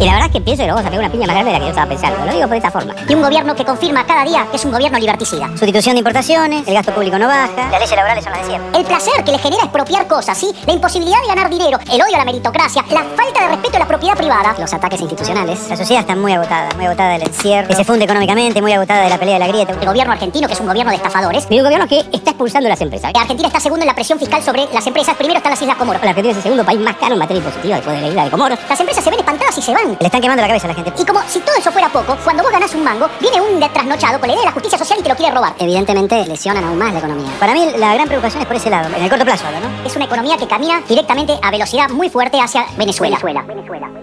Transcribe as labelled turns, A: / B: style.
A: Y la verdad es que pienso que luego se pega una piña más grande de la que yo estaba pensando. Lo digo por esta forma.
B: Y un gobierno que confirma cada día que es un gobierno liberticida.
A: Sustitución de importaciones, el gasto público no baja, las leyes laborales son las de siempre.
B: El placer que le genera expropiar cosas, ¿sí? La imposibilidad de ganar dinero, el odio a la meritocracia, la falta de respeto a la propiedad privada.
A: Los ataques institucionales. La sociedad está muy agotada, muy agotada del encierro, que se funde económicamente, muy agotada de la pelea de la grieta.
B: El gobierno argentino, que es un gobierno de estafadores.
A: Y un gobierno que está expulsando a las empresas.
B: Argentina está segundo en la presión fiscal sobre las empresas. Primero están las Islas Comoros.
A: La Argentina es el segundo país más caro en materia impositiva después de la isla de Comoros.
B: Las empresas se ven espantadas y se van.
A: Le están quemando la cabeza a la gente.
B: Y como si todo eso fuera poco, cuando vos ganás un mango, viene un de- trasnochado con la idea de la justicia social y te lo quiere robar.
A: Evidentemente lesionan aún más la economía. Para mí la gran preocupación es por ese lado, en el corto plazo, ahora, ¿no?
B: Es una economía que camina directamente a velocidad muy fuerte hacia Venezuela.
C: Venezuela. Venezuela.